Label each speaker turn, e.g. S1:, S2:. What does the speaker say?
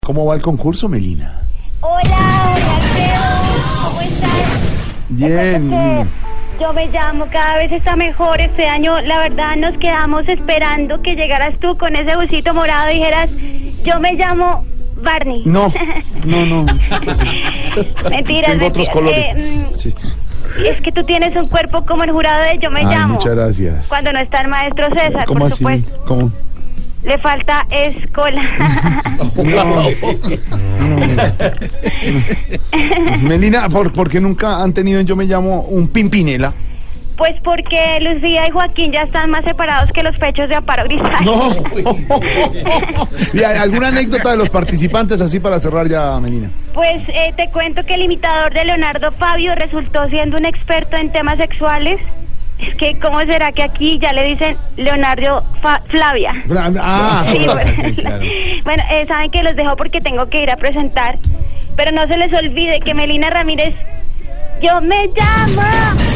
S1: ¿Cómo va el concurso, Melina?
S2: Hola, hola, Teo. ¿Cómo estás?
S1: Bien.
S2: Espero que Yo me llamo, cada vez está mejor este año. La verdad, nos quedamos esperando que llegaras tú con ese busito morado y dijeras, yo me llamo Barney.
S1: No, no, no.
S2: Mentiras,
S1: Tengo otros
S2: mentiras.
S1: colores.
S2: Eh, mm,
S1: Sí.
S2: es que tú tienes un cuerpo como el jurado de Yo me
S1: Ay,
S2: llamo.
S1: muchas gracias.
S2: Cuando no está el maestro César,
S1: ¿Cómo
S2: por
S1: así?
S2: supuesto.
S1: ¿Cómo?
S2: Le falta escola.
S1: No. Melina, ¿por, por qué nunca han tenido en Yo Me Llamo un Pimpinela?
S2: pues porque Lucía y Joaquín ya están más separados que los pechos de Amparo Grisal.
S1: No. ¿Y hay alguna anécdota de los participantes así para cerrar ya, Melina?
S2: Pues eh, te cuento que el imitador de Leonardo Fabio resultó siendo un experto en temas sexuales. Es que, ¿cómo será que aquí ya le dicen Leonardo Fa- Flavia?
S1: Ah,
S2: Sí, bueno,
S1: sí, claro.
S2: Bueno, eh, saben que los dejo porque tengo que ir a presentar. Pero no se les olvide que Melina Ramírez, yo me llamo.